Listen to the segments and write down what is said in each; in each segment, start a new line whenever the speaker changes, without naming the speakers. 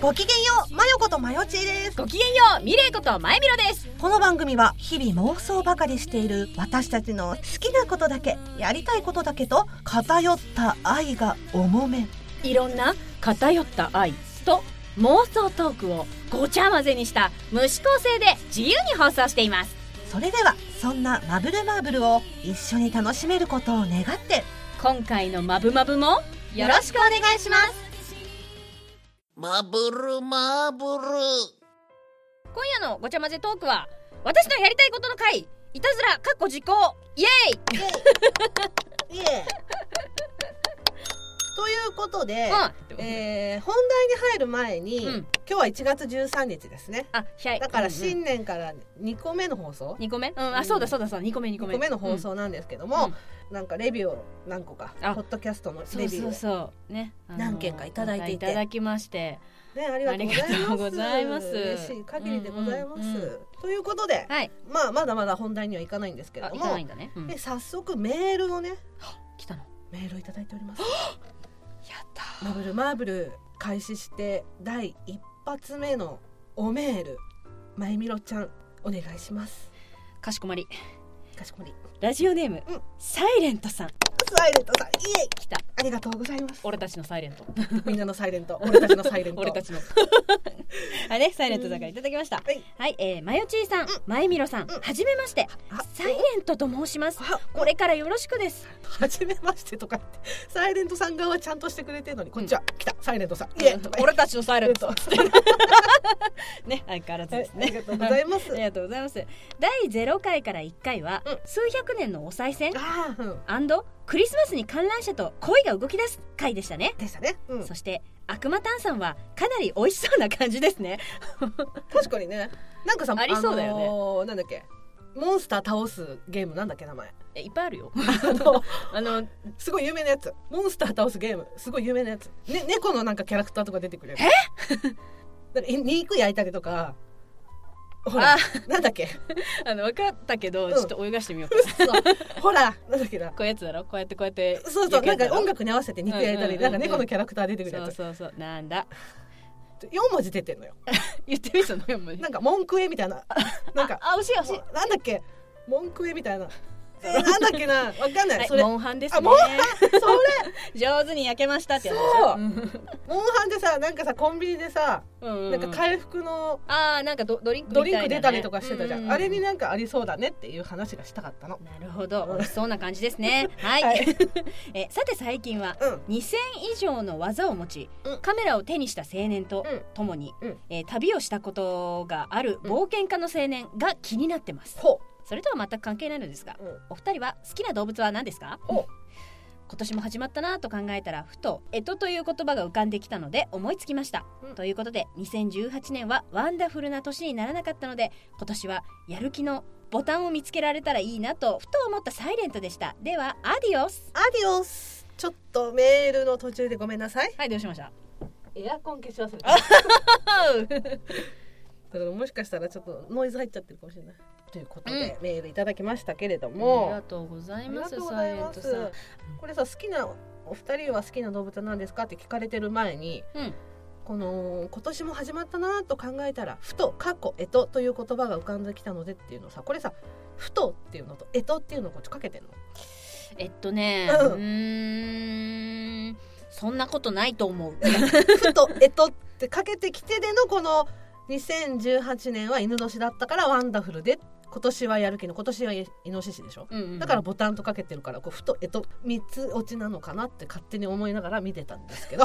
ごきげんようマヨことマヨチーです
ごきげんようミレイことまえみろです
この番組は日々妄想ばかりしている私たちの好きなことだけやりたいことだけと偏った愛が重め
いろんな偏った愛と妄想トークをごちゃ混ぜにした無視構成で自由に放送しています
それではそんなマブルマーブルを一緒に楽しめることを願って
今回のマブマブもよろしくお願いします
マブルマブル
今夜のごちゃ混ぜトークは私のやりたいことの回いたずらかっこ実行イエーイ
イエーイということで、
うん
えー本題に入る前に、
うん
今日は1月13日ですね
あはい
だから
うんうん
新年から2個目の放送、
二個目うん
うん
あそうだそうだそうだ二個目二個
2
目
個目の放送なんですけども、
うん
なんかレビューを何個か
あ
ポッドキャストの
そ
レ
う
ビューを
そうそうねあの
何件かいただいていて
いただきまして
ね、ありがとうございます
ありがとうございます
嬉しい限りでございます、
うんうんうん
ということで、
はい
まあ、まだまだ本題にはいかないんですけれ
あ
ど
いた
も
ないんだねうん
で早速メールをね
来たの
メールをいただいております
やった
マブルマーブル開始して第一発目のおメールまゆみろちゃんお願いします
かしこまり
かしこまり
ラジオネーム、
うん
サイレントさん
サイレントさんイエイ
来た
ありがとうございます
俺たちのサイレント
みんなのサイレント 俺たちのサイレント
俺たちの あれサイレントさんからいただきました、
はい
はい、えー、まよちーさん、まゆみろさん、
うん
はじめまして
あ
サイレントと申します
あ
これからよろしくです
はじめましてとか言ってサイレントさん側はちゃんとしてくれてるのにこっちは、来たサイレントさんイエイとか言って
俺たちのサイレン
と
ト ね相変わらず
はい
です
あり
ね
がとうございま
あ
す
りがとうございます第0回から1回は、
うん
数百年のお賽銭
ああうん
クリスマスに観覧車と恋が動き出す回でしたね
でしたね、うん、
そして悪魔炭酸はかなり美味しそうな感じですね
確かにねなんかさ
ありそうだよね
あのーなんだっけモンスター倒すゲームなんだっけ名前
えいっ ぱいあるよ
あの
あの
すごい有名なやつモンスター倒すゲームすごい有名なやつ、ね、猫のなんかキャラクターとか出てくるえ なんかい肉焼いたりとかほら
あ
なんだ っけ
あの分かったけど、
うん
ちょっと泳がしてみようか
嘘ほらなんだっけな
こういうやつだろこうやってこうやって
そうそうなん
やるやつだ
か
ろ
音楽に合わせて肉焼いたり、
うんうんうんうん
なんか猫のキャラクター出てくるやつ
そうそうそうなんだ
四文字出てんのよ
言ってみその4文字
なんか文句絵みたいななんか
あ惜しい惜しい
なんだっけ文句絵みたいな、えーなんだっけなわかんない、
はい
それ
モンハンです
あ
ね
モンハンそれ
上手に焼けましたってやつ
そう
でしょ
モンハンでさなんかさコンビニでさ、
うんうんうん
なんか回復の
あーなんかドドリンクみた
ドリ
い
ン
なね
ク出たりとかしてたじゃん、
ううう
あれになんかありそうだねっていう話がしたかったの
なるほど美味しそうな感じで すねはい、
は
えさて最近は
うん
2000以上の技を持ち、
うん
カメラを手にした青年と
うん
共に、
うん
えー旅をしたことがある冒険家の青年が気になってます、
ほ
それとは全く関係ないのですが
う、うん、
お二人は好きな動物は何ですか
ほ
今年も始まったなぁと考えたらふと「えと」という言葉が浮かんできたので思いつきました、
うん
ということで2018年はワンダフルな年にならなかったので今年はやる気のボタンを見つけられたらいいなとふと思ったサイレントでしたではアディオス
アディオスちょっとメールの途中でごめんなさい
はいどうしました
エアコン消し忘れただ からもしかしたらちょっとノイズ入っちゃってるかもしれないということで、メールいただきましたけれど
あり
も
がとうござ
あ
います
ざ
サイ
い
レン
ま
ト
す
さん
これさ好きなお二人は好きな動物は何ですかって聞かれてる前に、
うん
この今年も始まったなと考えたらふと過去えとという言葉が浮かんできたのでっていうのさこれさふとっていうのとえとっていうのこっちかけてんの
えっとねう
うん
ーんそんなことないと思う
ふとえとってかけてきてでのこの2018年は犬年だったからワンダフルで今年はやる気の今年はイノシシでしょ
うんうんうん
だからボタンとかけてるからこうふとえと三つ落ちなのかなって勝手に思いながら見てたんです けど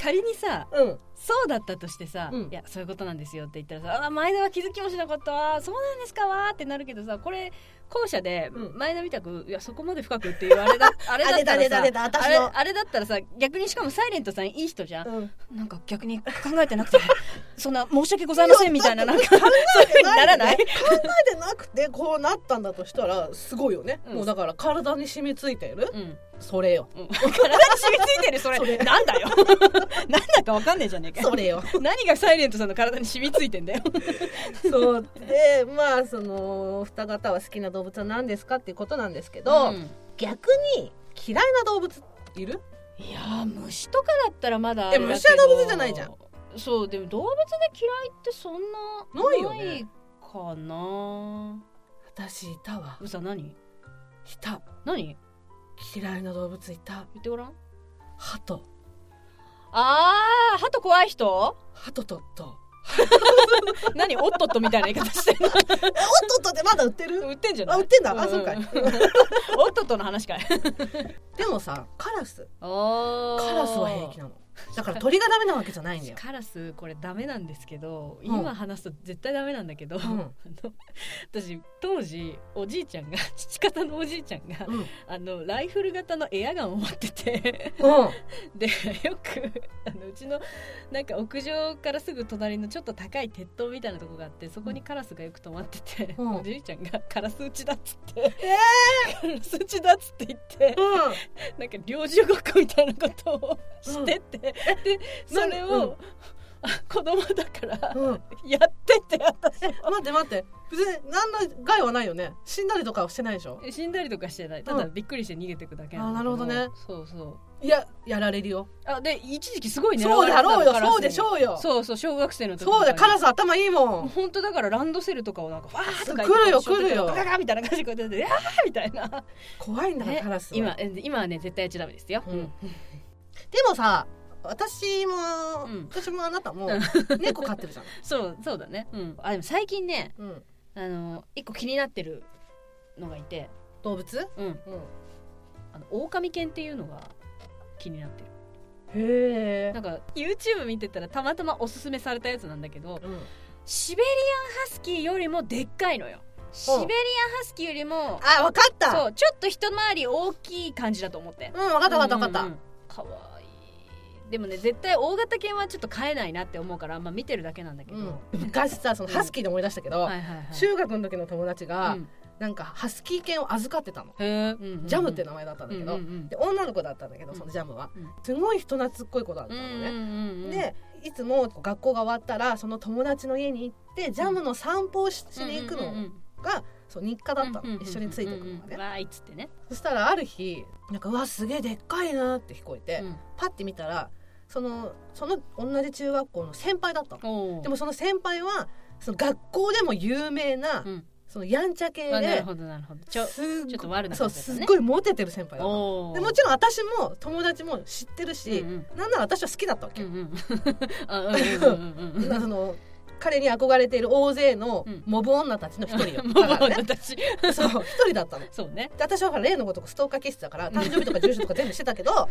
仮にさ
うん
そうだったとしてさ、
うん
いやそういうことなんですよって言ったらさ「あー前田は気づきもしなかったわそうなんですかわ」ってなるけどさこれ後者で
うん
前田みたく「いやそこまで深く」っていうあれだ あれだったらさ
だ
あれあれだったらさ逆にしかもサイレントさんいい 人じゃん、
うん
なんか逆に考えてなくて そんな申し訳ございませんみたいななんかそういう風にならない
考えてなくてこうなったんだとしたらすごいよね、
うん
もうだから体に染みついてる
うん、
それよ
うん、体に染みついてるそれ
それ
なんだよ なんだかわかんねえじゃねえか
それよ
何がサイレントさんの体に染みついてんだよ
そうでまあそのお二方は好きな動物は何ですかっていうことなんですけど、
うん
逆に嫌いな動物いる
いやー虫とかだったらまだあれだけ
で
ど
も虫は動物じゃないじゃん
そうでも動物で嫌いってそんな
ないよね
いかな
私いたわ
うさ何
いた
何
嫌いな動物いた
言ってごらん
鳩
あー鳩怖い人
鳩とっと
何おっとっとみたいな言い方して ん
おっとっとってまだ売ってる
の売ってんじゃない
あ売ってんだあ
ん
そうか い
おっとっとの話 かい
でもさカラスカ
カ
ラスは平気なのだから鳥がダメなわけじゃないんだよ
カラスこれダメなんですけど、
うん
今話すと絶対ダメなんだけど、
ん
あの私当時おじいちゃんが父方のおじいちゃんが
うん、うん、
あのライフル型のエアガンを持ってて でよくあのうちのなんか屋上からすぐ隣のちょっと高い鉄塔みたいなとこがあってそこにカラスがよく止まってて、
うん
おじいちゃんが「カラス打ちだ」っつって「カラス打ちだ」っつって言って
うん、
なんか猟銃ごっこみたいなことを してて、でそれ
うん
を、あ子供だから
うん、待
やってて私
って待って別に何の害はないよね死んだりとかはしてないでしょ
死んだりとかしてないただびっくりして逃げてくだけんだけ
あなるほどね
そうそう
いややられるよ
あで一時期すごい狙
そう
われてた
だ
の
ろうよ
カラスに
そうでしょうよそう
そうそう小学生の時
だカラ
ス
ス頭いいもん
本当だからランドセルとかをなんかわーとか
来るよ
言って
来るよ
ガガガみたいな感じでこうやってやーみたいな
怖いんだから
ね
カラスは
今え今はね絶対やっちゃダメですよ、
うんでもさ私も、
うん
私もあなたも
うん
猫飼ってるじゃん、
そうそうだね、うん、あでも最近ね
うん、
あの一個気になってるのがいて、
動物、
うん、
うん、
あの狼犬っていうのが気になってる
へえ
なんか YouTube 見てたらたまたまおすすめされたやつなんだけど
うん、
シベリアンハスキーよりもでっかいのよシベリアンハスキーよりも
あわかった
そうちょっと一回り大きい感じだと思って
うんわかったわかったわかった、
うんうんうんかわいいでもね絶対大型犬はちょっと飼えないなって思うから、まあ、見てるだけなんだけど、
うん昔さそのハスキーで思い出したけど、
はいはいはい
中学の時の友達が、
うん
なんかハスキー犬を預かってたの、
へえうんうんうん
ジャムって名前だったんだけど、
うんうんうん
で女の子だったんだけど
うん
そのジャムは、
うん
すごい人懐っこい子だったの
うん
ね、
うんうんうん
でいつも学校が終わったらその友達の家に行ってジャムの散歩をし,、に行くのが、
うんうんうん
そう日課だったの、
うんうんうん
一緒についてくのがね、
うんうんわーいっつってね、
そしたらある日なんかうわすげえでっかいなって聞こえて、
うん
パッて見たらそのその同じ中学校の先輩だったの、
おー
でもその先輩はその学校でも有名な、
うん
そのやんちゃ系
あなる
で
ほどなるほどちょ
すっごい
ちょっと悪な
そ
感
う
じだった
す
ね
っごいモテてる先輩だったの
おー
でもちろん私も友達も知ってるし、
うん
なんなら私は好きだったわ
う
け、
んうんうんあうんうんう んうん
その彼に憧れている大勢の
うん
モブ女たちの一 人よ、
もう
だからね
私
そう一人だったの。
そうね、
で私はほら例のごとくストーカー気質だから誕生日とか住所とか全部してたけど
うん、あ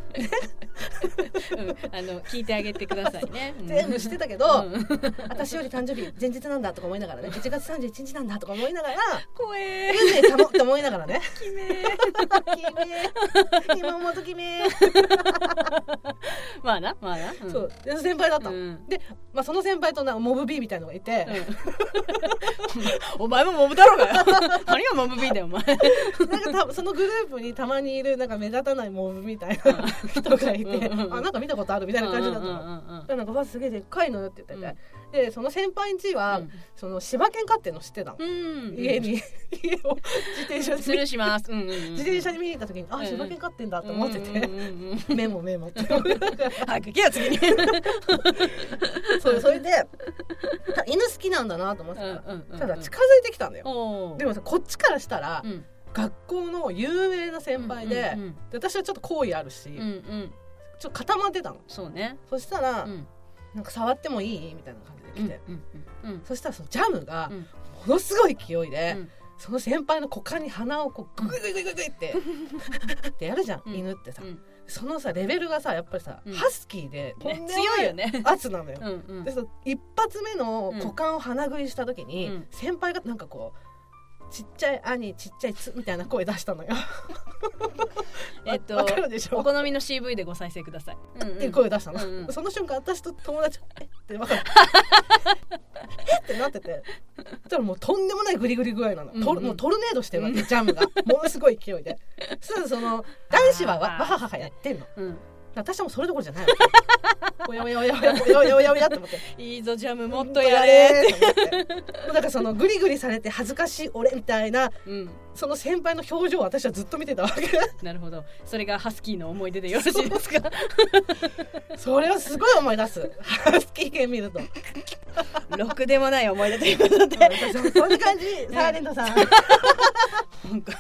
の聞いてあげてくださいね
全部して
た
たけど、
うん、
私より誕生日前日なんだとか思いながらね1月31日なんだとか思いな がら
怖え
運命かもって思いながらね
決め
「 君今思うと君」
まあなまあな、うん、
そうで先輩だった
う
の、
ん
で、まあ、その先輩となモブ B みたいのがいて、
うんお前もモブだろうがよ何がモブ B だよお前
なんかたそのグループにたまにいるなんか目立たないモブみたいな人がいて
うんうん
あなんか見たことあるみたいな感じだったの。でなんかわすげえでっかいのよって言ってて、でその先輩んちは、その柴犬飼ってんの知ってたの、
うんうんうん
家に 家を自転車で
スルーします、うんうんうん、
自転車に見に行った時に、
うん
あ柴犬飼ってんだって思ってて、
うんうんうんうん
メモメモって思いながら
早く行けよ次に
そうそれでた犬好きなんだなと思ってたから、ただ近づいてきたんだよ、
おー
でもさこっちからしたら、
うん
学校の有名な先輩で,、
うん
で私はちょっと好意あるし、
うんうん、うんうん
ちょっと固まってたの
そうね
そしたら、
うん
なんか触ってもいいみたいな感じで来て、
うんうんうん
そしたらそのジャムが
うん
ものすごい勢いで、
うん
その先輩の股間に鼻をこうグイグイグイグイグイって、ってやるじゃん、
うん
犬ってさ、
うん
そのさレベルがさやっぱりさ、
うん
ハスキーでとん
ね
でもな
強いよね
圧なのよ
う、んうん
でその一発目の股間を鼻食いした時に、
うん
先輩がなんかこうちっちゃい兄ちっちゃいつみたいな声出したのよ。
えっと
わかるでしょ
お好みの CV でご再生ください、うんうん
っていう声出したの、
うんうん
その瞬間私と友達「えっ?」て分かる えっってなっててそしたらもうとんでもないグリグリ具合なの、
うんうん
トルもうトルネードしてるわけジャムがものすごい勢いでそしたらその男子はわ
あー
わはははやってんの
うん
私はもうそれどころじゃないわけおやおやおやおやおやおやおやおやって思って
いいぞジャ ムもっとやれ
もっとやれって思ってもうなんかそのグリグリされて恥ずかしい俺みたいな
うん
その先輩の表情を私はずっと見てたわけ
なるほどそれがハスキーの思い出でよろしいですか
それをすごい思い出す ハスキー犬見ると
ろくでもない思い出ということで
そんな感じサーレントさん
なんか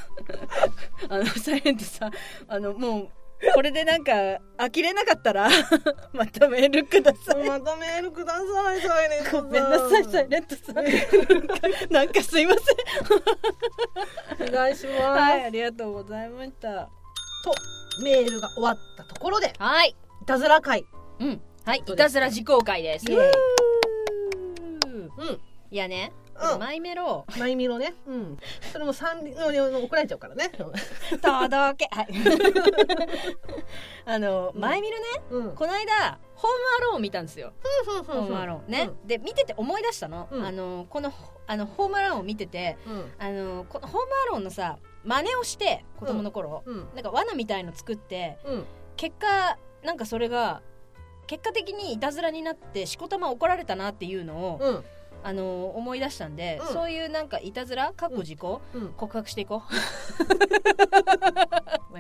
あのサイレントさんあのもうこれでなんか呆れなかったら またメールください
またメールくださいサーレントさ
ご
ん
めんなさいサイレントさんなんかなんかすいません
お願いします、
はいありがとうございました
とメールが終わったところで
はい
いたずら会
うんはい
どうですか
いたずら自公開です
イエーイ
うんいやね、
うん
マイメロ
マイミロね、うん、それも三輪の怒られちゃうからね、
届 けはいあの、
うん
マイメロね
うん、うん、
この間ホームアローン見たんですよホームアローンね、で見てて思い出したの、
うん
あのこのあのホームアローンを見てて
うん、
あのこのホームアローンのさ真似をして子供の頃、
うん、
なんか罠みたいの作って
うん、
結果なんかそれが結果的にいたずらになってしこたま怒られたなっていうのを、
うん、
あの思い出したんで、
うん
そういうなんかいたずらかっこ時効、
うん
告白していこう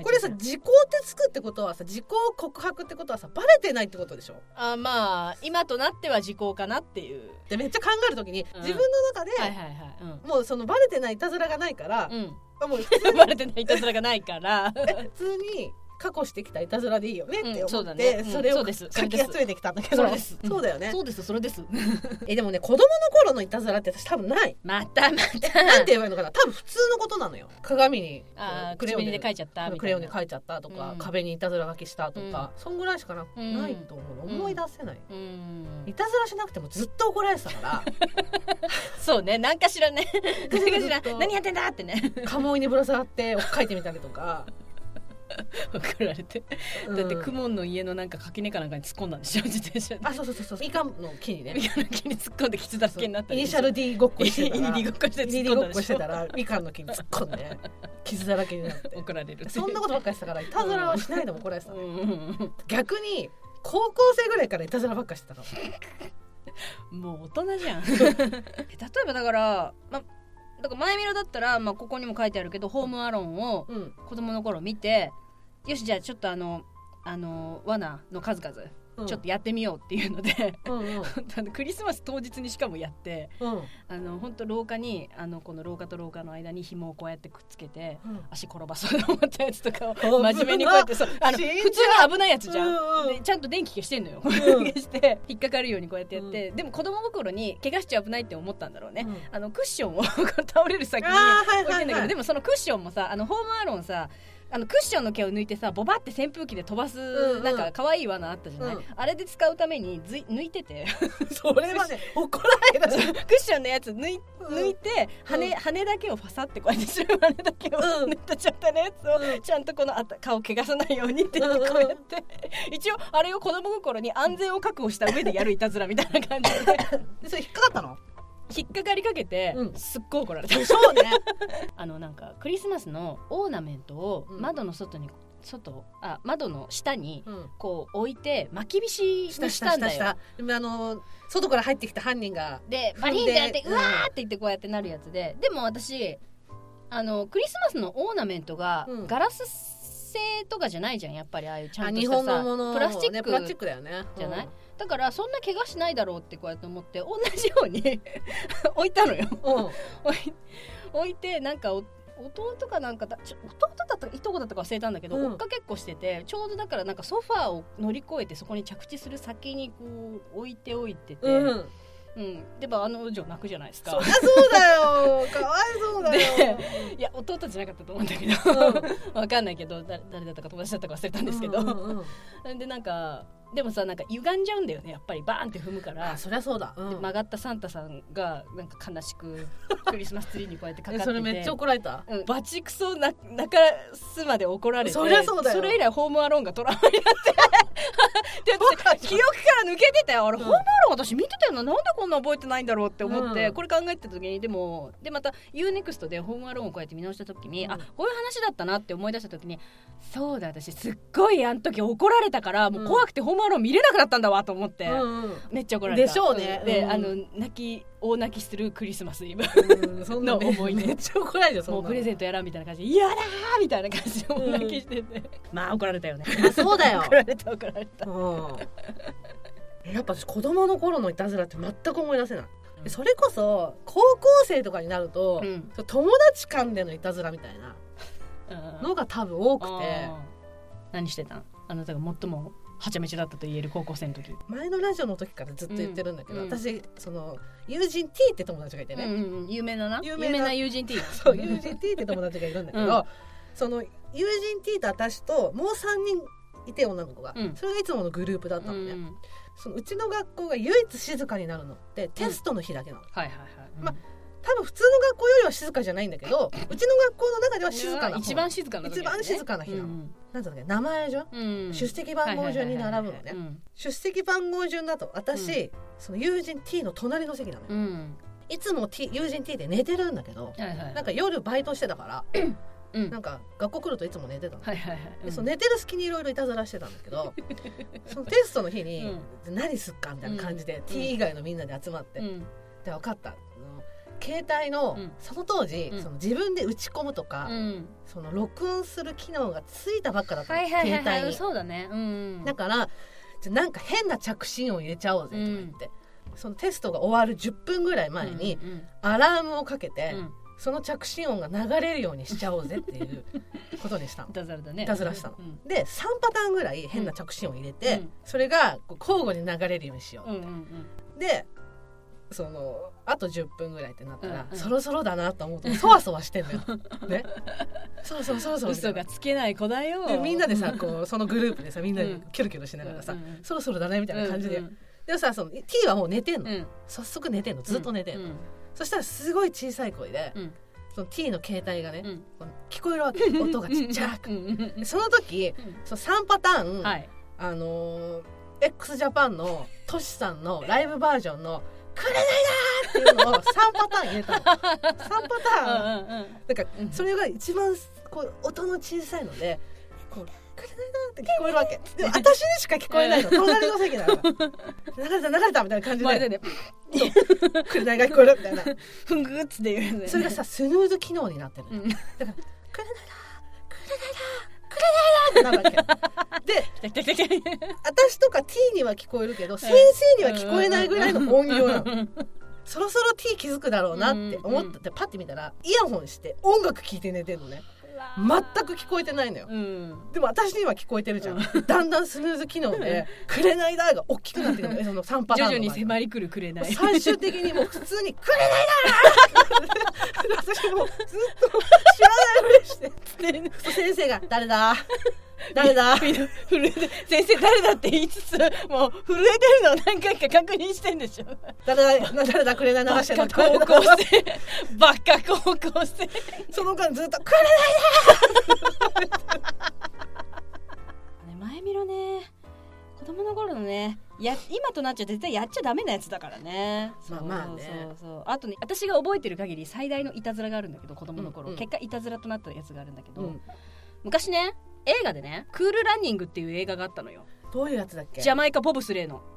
これさ、時効ってつくってことはさ、時効告白ってことはさ、バレてないってことでしょ。
あまあ今となっては時効かなっていう
で、めっちゃ考えるときに、
うん
自分の中で、
はいはいはいうん
もうそのバレてないいたずらがないから、
うん、
もう普通
生まれてないいたずらがないから、
普通に。過去してきたいたずらでいいよねって思って、
うんそうだねうん
それ
そ
を
うですそ
か
れ
き
です
集めてきたんだけど
そうですうん
そうだよね
うですそれです
えでもね子供の頃のいたずらって私多分ない
またまた
なんて言えばいいのかな多分普通のことなのよ鏡にこう
あー唇で書いちゃったみたいな
クレヨンで書いちゃったとか、
うん
壁にいたずら書きしたとか、そんぐらいしかな,、
うん
ないと思うの思い出せない、
うん
いたずらしなくてもずっと怒られてたから
そうね何かしらね 何かし
ずっと
ら何やってんだってね
カモイにぶら下がって書いてみたりとか、
怒られて、
うん
だってクモンの家のなんか垣根かなんかに突っ込んだんでしょ自転車で
あそうそうそうそうみかんの木にね
みかんの木に突っ込んで傷だらけになった
イ
り
ニシ ャル D ごっこしてた
イ
ら
ニリごっこして突
イ
っ
ニリ
込ん
ご
だ
っ
で
こ
し
して
ょ
たらみかんの木に突っ込ん で傷だらけになって
怒られる
そんなことばっかりしてたからいたずらはしないでも怒られてた、
うんうん
逆に高校生ぐらいからいたずらばっかしてたの
うんもう大人じゃん例 えばだからまだから前見ろだったら、まあ、ここにも書いてあるけどホームアローンを
うん
子供の頃見てよしじゃあちょっとあのあの罠の数々
うん
ちょっとやってみようっていうので、
うんうん
本当あのクリスマス当日にしかもやって
うん
あの本当廊下にあのこの廊下と廊下の間に紐をこうやってくっつけて
うん
足転ばそうと思ったやつとかを
危な
真面目にこうやってそうあの
死
普
んじゃう
通に危ないやつじゃん。でちゃんと電気消してんのよ、
ん
消して引っかかるようにこうやってやって、でも子供心に怪我しちゃ危ないって思ったんだろうね、
うん
あのクッションを こう倒れる先に
あーはいはいはい
置いてんだけどでもそのクッションもさあのホームアローンさあのクッションの毛を抜いてさボバって扇風機で飛ば
んう
す
ん
なんか可愛い罠あったじゃない、
うん
あれで使うためにずい抜いてて
それはね怒られ
ク
る
ッションのやつ抜い
うん
抜いて羽,、
うん
羽だけをファサってこうやって白い羽だけを
うん
抜いたちゃったやつを、
うん
ちゃんとこのあた顔怪我さないようにって言ってこうや って、一応あれを子供心に安全を確保した上でやるいたずらみたいな感じで
でそれ引っかかったの
引っかかりかけて、
うん
すっごい怒られた
そうね
あのなんかクリスマスのオーナメントを
うん
窓の外に、外あ窓の下に
うん
こう置いて巻き火し
した
に
し
した
た
ん
し
だ
た
よ
したであの外から入ってきた犯人が
でバリンってやってうわーって言ってこうやってなるやつででも私あのクリスマスのオーナメントが
うん
ガラス製とかじゃないじゃんやっぱりああいうちゃ
あ
んとし
日
た
本
さ
のものを
プラスチッ
ね
ク
プラスチックだよね
じゃないだからそんな怪我しないだろうってこうやって思って同じように 置いたのよ
うんうん
置い置いてなんかお弟かなんかだちょ弟だったかいとこだったか忘れたんだけど、
うん
追っかけっこしててちょうどだからなんかソファーを乗り越えてそこに着地する先にこう置いておいてて、
うん
うん、でもあの女泣くじゃないですか
そりゃそうだよかわいそうだ よ
いや弟じゃなかったと思うんだけど、
うん
わかんないけどだ誰だったか友達だったか忘れたんですけど、
うんうんうん
でなんかでもさなんか歪んじゃうんだよねやっぱりバーンって踏むから
あそりゃそうだ、うん
で曲がったサンタさんがなんか悲しくクリスマスツリーにこうやってかかっ
え
てて
それめっちゃ怒られた
うん、バチクソな中すまで怒られて
そりゃそうだよ
れ以来ホームアローンがトラウマになってで 私記憶から抜けてたよ俺、
うん
ホームアローン私見てたよななんでこんな覚えてないんだろうって思って、
うん
これ考えてた時にでもでまた UNEXT でホームアローンをこうやって見直した時に、
うん
あこういう話だったなって思い出した時にそうだ私すっごいあの時怒られたからもう怖くてホームアローン見れなくなったんだわと思って、
うんうん
めっちゃ怒られた
でしょうね
んで、
うん
あの泣き大泣きするクリスマスイブ
うんそん な
の思い出
めっちゃ怒られるよそん
も
なの
うプレゼントやらみたいな感じで「嫌だ!」みたいな感じでもう泣きしてて、まあ怒られたよね
あそう だよ
怒られた怒られた
うんやっぱ私子供の頃のいたずらって全く思い出せない
うん
それこそ高校生とかになると、
うん
友達間でのいたずらみたいなのが多分多くて
あー何してたんあなたが最もはちゃめちゃだったと言える高校生の時、
前のラジオの時からずっと言ってるんだけど、
うん
私その友人 T って友達がいてね、
うん、有名なな
有
有
名
名
な
な友人 T
そう友人 T って友達がいるんだけど、
うん
その友人 T と私ともう3人いて女の子が、
うん
それがいつものグループだった
う
の
ん
ね、
うん
そのうちの学校が唯一静かになるのってテストの日だけなの、
はいはいはい、
ま多分普通の学校よりは静かじゃないんだけどうちの学校の中では静かな方
一番静かな時だよね
一番静かな日なの
うん
なんていうのかな名前順、
うん
出席番号順に並ぶの
はいはいはいはい
ね出席番号順だと私、その友人 T の隣の席なのよ、
うん、うん
いつも、T、友人 T で寝てるんだけど
はいはい
なんか夜バイトしてたから
うん
なんか学校来るといつも寝てたの、
はいはいはい
でそうの
ん
寝てる隙にいろいろいたずらしてたんだけ どそのテストの日に「何すっか?」みたいな感じで、T 以外のみんなで集まって「
うん
で分かった」あの携帯の、
うん
その当時、
うん
その自分で打ち込むとか、
うん
その録音する機能がついたばっかだったの、
はいはいはい
携
は
帯
い
に
そうだねうん
だからじゃあなんか変な着信音入れちゃおうぜとか言って、そのテストが終わる10分ぐらい前に
うんうん
アラームをかけて、
うん
その着信音が流れるようにしちゃおうぜっていうことにしたの
い。たずらだね
いたずらしたの
うん
で3パターンぐらい変な着信音入れて、
うん
それがこう交互に流れるようにしよう、
うんうんうん
でそのあと10分ぐらいってなったら、
うんうん
そろそろだなと思うとそわそわしてん のよ。ね、そろそろそろそろみた
嘘
いな
がつけない子だよ
でみんなでさこうそのグループでさみんな
う
で
ん
キョロキョロしながらさ、
うんうん
そろそろだねみ
み
たいな感じで、でもさその T はもう寝てんの、早速寝てんのずっと寝てんの、そしたらすごい小さい声で、
うん
その T の携帯がね、こう聞こえるわけ音がちっちゃく。でその時その3パターン、
はい
あのー、x ジャパンのトシさんのライブバージョンの「くれないだ!」っていうのを3パターン入れた の3パターンなんか
うん
それが一番こう音の小さいのでこう「くれないな」って聞こえるわけでも私にしか聞こえないの隣の席なのよ流れた流れたみたいな感じ
まる
で
でね
「くれないが聞こえる」みたいな
ふんぐっつって言うね
それがさスヌーズ機能になってるの
う
よ
ん
「くれないなくれないなくれないな」ってなるわけで
来た来た来た来た
私とか T には聞こえるけど先生には聞こえないぐらいの音量なのそろそろ T 気づくだろうなって思ったってパッて見たらイヤホンして音楽聴いて寝てるのね全く聞こえてないのよ
うん
でも私には聞こえてるじゃんだんだんスヌーズ機能で「くれないだ」が大きくなってくるのねその3パター
徐
ン
々に
の場合
迫りくるくれない
最終的にもう普通に「くれないだ!」私もうずっと知らないふりして先生が「誰だ誰だ?」
震えて先生誰だって言いつつもう震えてるのを何回か確認してんでしょ
誰だ誰だくれない流
バ
してた
カ
くれな
高
い
校生バカ高校 生
その間ずっと「くれない
ね前見ろね子供の頃のねや今となっちゃ絶対やっちゃダメなやつだからね
まあ
そう
まあね
そうそうあとね私が覚えてる限り最大のいたずらがあるんだけど子供の
う
頃、
んうん
結果いたずらとなったやつがあるんだけど、
うん
昔ね映画でね「クールランニング」っていう映画があったのよ
どういうやつだっけ
ジャマイカボブスレーの
わか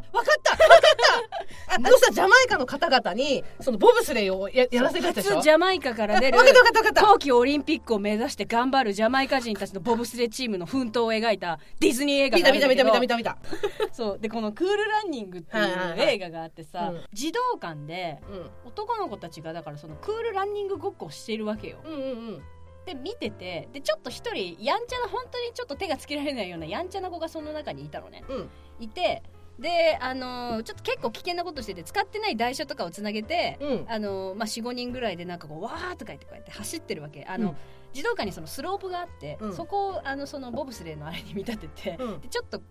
ったわかったああのさジャマイカの方々にそのボブスレーをややらせるやつでしょ
初ジャマイカから出 る
わかったわかったわかった
冬季オリンピックを目指して頑張るジャマイカ人たちのボブスレーチームの奮闘を描いたディズニー映画
見
があ
た
る
見
ん
た
だ
見
け
た
ど
見た見た見た
そうでこの「クールランニング」ってい
はいは
う
いはい
映画があってさ、
うん
児童館で
うん
男の子たちがだからそのクールランニングごっこをしているわけよ。
うんうんうん
で見ててでちょっと一人やんちゃな本当にちょっと手がつけられないようなやんちゃな子がその中にいたのね。
うん
いてであのーちょっと結構危険なことしてて使ってない台車とかをつなげて。
うん
あのーまあ、45人ぐらいでなんかこうわーとか言ってこうやって走ってるわけあの、
うん
児童館にそのスロープがあって、
うん
そこをあのそのボブスレーのあれに見立てて、
うん
でちょっと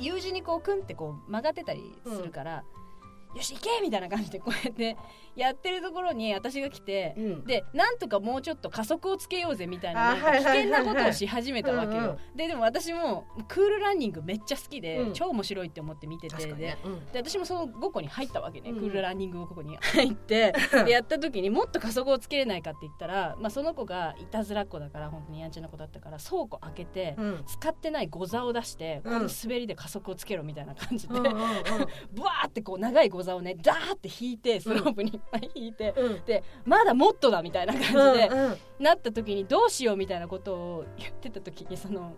U 字にこうクンってこう曲がってたりするから、よし行けみたいな感じでこうやってやってるところに私が来て、
うん
でなんとかもうちょっと加速をつけようぜみたいな
あ
なんか
は
危
いはいはい
険
はい
なことをし始めたわけよ、
うんう
ででも私もクールランニングめっちゃ好きで、
うん
超面白いって思って見てて
確かに
で
ね、うん
で私もその5個に入ったわけね、
うん
クールランニングをここに 入ってでやった時にもっと加速をつけれないかって言ったら、まあ、その子がいたずらっ子だから本当にやんちゃな子だったから倉庫開けて、
うん
使ってないゴザを出してこ
うん
の滑りで加速をつけろみたいな感じで、
うんうん
ブワーってこう長いゴザをねダーって引いてスロープにいっぱい引いて、
うん
でまだもっとだみたいな
うん
感じで、
うんうん
なった時にどうしようみたいなことを言ってた時にその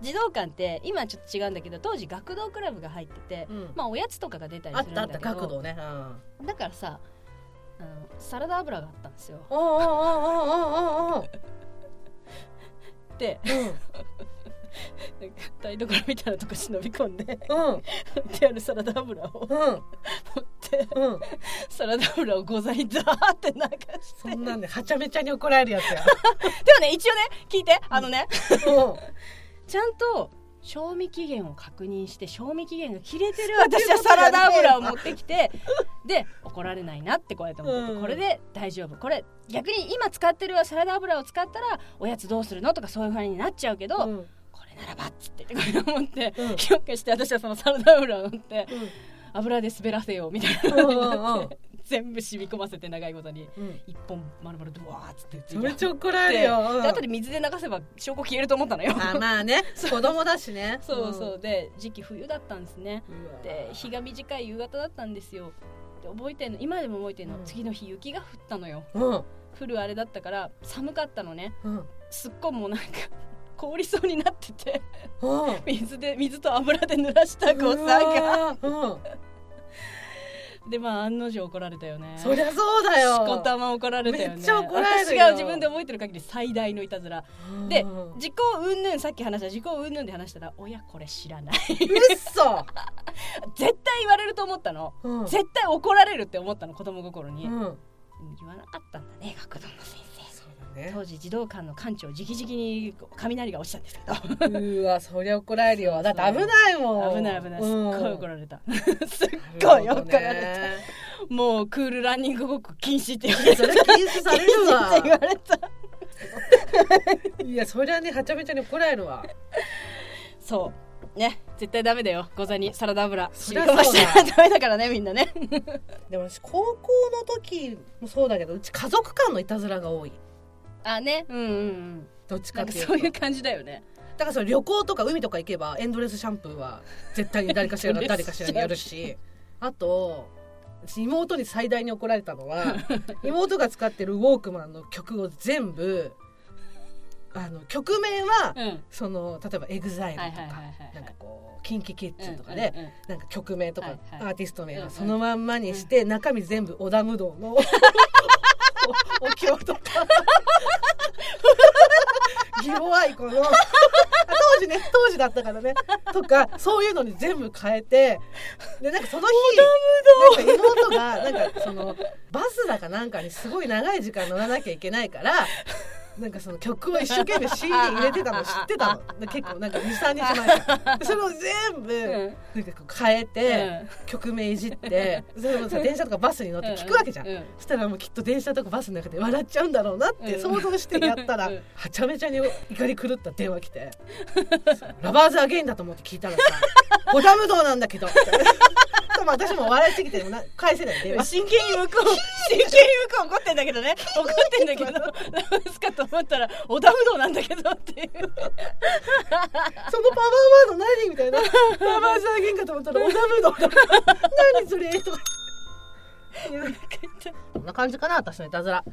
児童館って今はちょっと違うんだけど当時学童クラブが入ってて、
うん
まあおやつとかが出たり
あ
す
っ
るん
たあ
だ
った
け
角
ど
度ね。うん
だからさあのサラダ油があったんですよ。
おおおおおおおお。
で
う
なんか台所みたいなとこ忍び込んで
ん
置いてあるサラダ油を
うん
持って
うんうん。
サラダ油をゴザにザーって流して
そ
でも
んなんではちゃめちゃに怒られるやつや。
ね一応ね聞いてあのね、
うん。
ちゃんと賞味期限を確認して賞味期限が切れてる私はサラダ油を持ってきてで怒られないなってこうやって思ってて、
うん
これで大丈夫これ逆に今使ってるサラダ油を使ったらおやつどうするのとかそういうふうになっちゃうけど、
うん
これならばっつってこれを持って
うん
評価して私はそのサラダ油を持って油で滑らせようみたいなのになって全部染み込ませて長いことに。
うん。
一本丸々ドワーッつって
めちゃめちゃ怒られるよ。うん
で後で水で流せば証拠消えると思ったのよ
あまあね子供だしね。
そうそうで時期冬だったんですね
うん。うわ
で日が短い夕方だったんですよで覚えてんの今でも覚えてんの、
うん
次の日雪が降ったのよ
うん
降るあれだったから寒かったのね
うん
すっごいもうなんか凍りそうになってて
うん。
水で水と油で濡らしたごさが
うわ
でまあ案の定怒られたよね
うん。そりゃそうだ
し
よ。
こたま怒られたよね
めっちゃ怒られる
私
よ
が自分で覚えてる限り最大のいたずら
うん
で時効うんぬんさっき話した時効うんぬんで話したら親これ知らない
うっそ。
絶対言われると思ったの
うん
絶対怒られるって思ったの子供心に、
うん。
言わなかったんだね学童の先生
そうだね。
当時児童館の館長直々に雷が落ちたんですけ
うわそりゃ怒られる
そう
よ。
そ
だ
う
って危ないも
ど
ん。
危ない危ないすっごい怒
れ
られた すっ
る
ごい怒られた、
ね
もうクールランニングごっこ禁止って言わ
いや
れ
そ
た
れ禁止される
禁止って言わ
わ。
れた
いやそりゃねはちゃめちゃに怒られるわ。
そうね絶対ダメだよござにサラダ油
そ
染
り
み
ゃ
込ませち
そう
ゃダメだからねみんなね
でも私高校の時もそうだけどうち家族間のいたずらが多い
あねうんうんうん
どっちか
なん
っ
か
ていうと
そういう感じだよね
だからその旅行とか海とか行けばエンドレスシャンプーは絶対に誰かしらが
エンド
誰
レス
かしらにやる しあと私妹に最大に怒られたの は妹が使ってるウォークマンの曲を全部あの曲名は
うん
その例えば EXILE と
はいはいはい
か
はいはい
なんかこう KinKiKids とか
う
で
んうんうん
なんか曲名と
は
か
い
ア
はい
ーティスト名
うんう
を
ん
そのまんまにして中身全部織田無道 のおお経とか 義母愛子のあ当時ね当時だったからねとかそういうのに全部変えてでなんかその日なんか妹がなんかそのバスだかなんかにすごい長い時間乗らなきゃいけないから。なんかその曲を一生懸命 CD 入れてたの知ってたので結構なんか23日前から でそれを全部
うん
なんかこう変えて、
うん
曲名いじってそれもさ電車とかバスに乗って聞くわけじゃん、
うんうん
そしたらもうきっと電車とかバスの中で笑っちゃうんだろうなって
うん
想像してやったら、
うん
はちゃめちゃに怒り狂った電話来て 「ラバーズ・アゲイン」だと思って聞いたらさ「ゴダム道なんだけ ど」でも私も笑いすぎてでもな返せない電話
真剣に向こう真剣に向こう怒ってんだけどね怒ってんだけど何ですかと思ったらおダム道なんだけどっていう
そのパワーワード何みたいな「ラバーズ・アゲイン」かと思ったら「ゴダム道だ」何それ?」とか。こんな感じかな私のいたずら、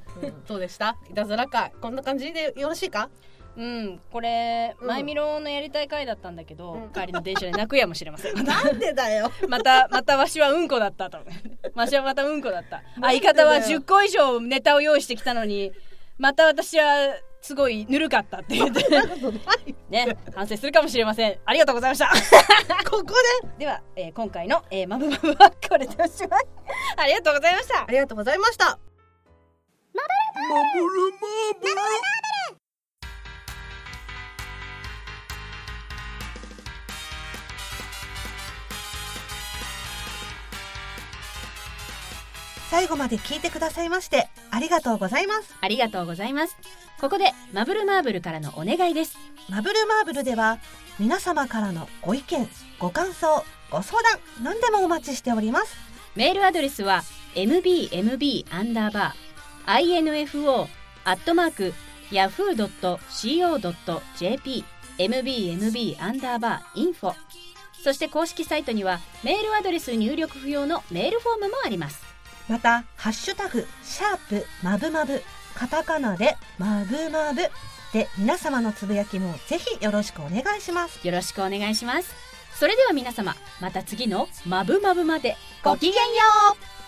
どうでしたいたずらかこんな感じでよろしいか
うんこれ
うん
前見ろのやりたい回だったんだけど、
うん
帰りの電車で泣くやもしれま せん
なんでだ よ
またまたわしはうんこだったとわしはまたうんこだった相方は10個以上ネタを用意してきたのにまた私はすごいぬるかったって言 ってね反省するかもしれませんありがとうございました
ここで
では、えー今回の、えーマブマブはこれでおしまいありがとうございました
ありがとうございました
ブルマブル
最後まで聞いてくださいましてありがとうございます
ありがとうございますここでマブルマーブルからのお願いです
マブルマーブルでは皆様からのご意見ご感想ご相談何でもお待ちしております
メールアドレスは mbmb アンダーバー info アットマーク yahoo.co.jp mbmb アンダーバー info そして公式サイトにはメールアドレス入力不要のメールフォームもあります
また「ハッシュタグシャープまぶまぶ」カタカナで「まぶまぶ」で皆様のつぶやきもぜひよろしくお願いします
よろしくお願いしますそれでは皆様また次の「まぶまぶ」までごきげんよう